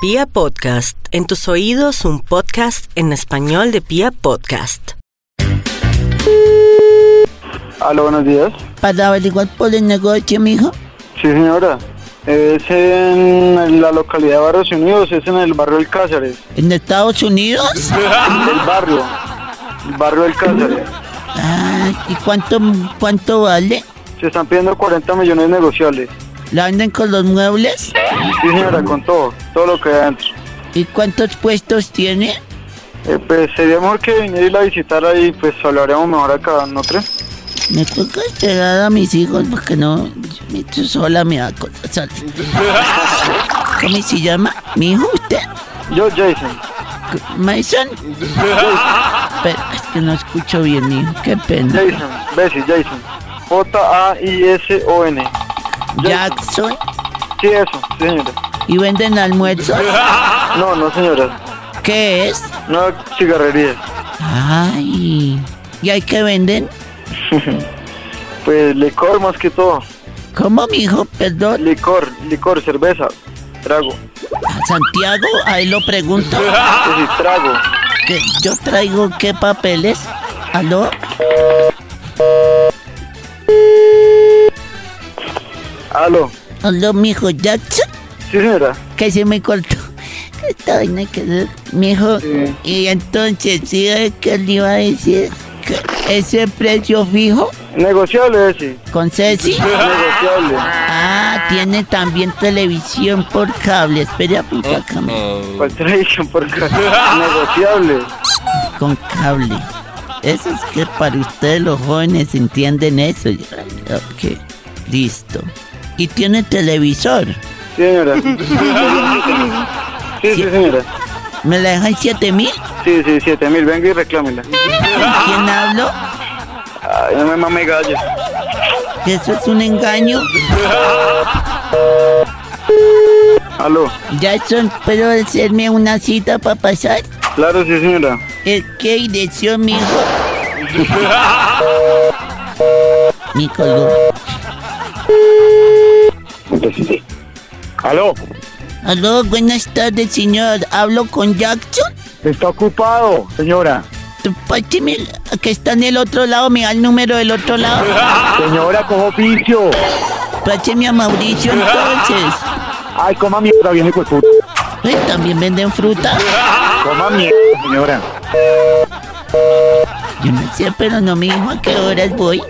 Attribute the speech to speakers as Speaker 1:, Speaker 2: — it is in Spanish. Speaker 1: Pia Podcast, en tus oídos un podcast en español de Pia Podcast.
Speaker 2: Aló, buenos días.
Speaker 3: para averiguar por el negocio, mijo.
Speaker 2: Sí, señora. Es en la localidad de Barrios Unidos, es en el barrio del Cáceres.
Speaker 3: ¿En Estados Unidos?
Speaker 2: El barrio. El barrio del Cáceres.
Speaker 3: Ah, ¿y cuánto, cuánto vale?
Speaker 2: Se están pidiendo 40 millones negociables.
Speaker 3: ¿La venden con los muebles?
Speaker 2: Sí, señora, con todo, todo lo que hay adentro.
Speaker 3: ¿Y cuántos puestos tiene?
Speaker 2: Eh, pues sería mejor que viniera y la visitara y pues hablaremos mejor acá, ¿no crees?
Speaker 3: Me toca esperar a mis hijos porque no. Me estoy sola, me da cosas. sola. ¿Cómo se llama? ¿Mi hijo usted?
Speaker 2: Yo, Jason.
Speaker 3: ¿Mason? Pero es que no escucho bien, mijo. Qué pena.
Speaker 2: Jason. Bessie, Jason. J-A-I-S-O-N.
Speaker 3: ¿Jackson?
Speaker 2: Sí, eso, sí, señora.
Speaker 3: ¿Y venden almuerzos?
Speaker 2: No, no, señora.
Speaker 3: ¿Qué es?
Speaker 2: No cigarrería.
Speaker 3: Ay. ¿Y hay que venden?
Speaker 2: Pues licor más que todo.
Speaker 3: ¿Cómo, mijo? Perdón.
Speaker 2: Licor, licor, cerveza, trago.
Speaker 3: ¿A Santiago, ahí lo pregunto.
Speaker 2: Es decir, trago.
Speaker 3: que yo traigo qué papeles. ¿Aló?
Speaker 2: Aló.
Speaker 3: ¿Aló, mijo Jackson?
Speaker 2: Sí, señora.
Speaker 3: Que se me cortó. Esta vaina que mijo.
Speaker 2: Sí.
Speaker 3: Y entonces, ¿sí eh, qué le iba a decir? ¿Que ¿Ese precio fijo
Speaker 2: Negociable, sí.
Speaker 3: con Ceci?
Speaker 2: Negociable.
Speaker 3: Ah, tiene también televisión por cable. Espera,
Speaker 2: Oh.
Speaker 3: por acá,
Speaker 2: ¿Cuál tradición Pues por acá? Negociable.
Speaker 3: con cable. Eso es que para ustedes los jóvenes entienden eso. Ok, listo. Y tiene televisor.
Speaker 2: Sí, señora. Sí, sí, señora.
Speaker 3: ¿Me la dejan 7000? mil?
Speaker 2: Sí, sí, siete mil. Venga y reclámela.
Speaker 3: quién hablo?
Speaker 2: Ay, no me mame gallo.
Speaker 3: ¿Eso es un engaño?
Speaker 2: Aló.
Speaker 3: Jackson, ¿puedo hacerme una cita para pasar?
Speaker 2: Claro, sí, señora.
Speaker 3: ¿El qué dirección, mijo? Mi colgó.
Speaker 2: Aló.
Speaker 3: Aló, buenas tardes, señor. ¿Hablo con Jackson?
Speaker 2: Está ocupado, señora.
Speaker 3: Páseme, el- que está en el otro lado, me da el número del otro lado.
Speaker 2: Señora, cojo oficio.
Speaker 3: Páseme a Mauricio entonces.
Speaker 2: Ay, coma mierda, viejo hijo de puta.
Speaker 3: Ay, Pues, ¿También venden fruta?
Speaker 2: Coma mierda, señora.
Speaker 3: Yo no sé, pero no me dijo a qué horas voy.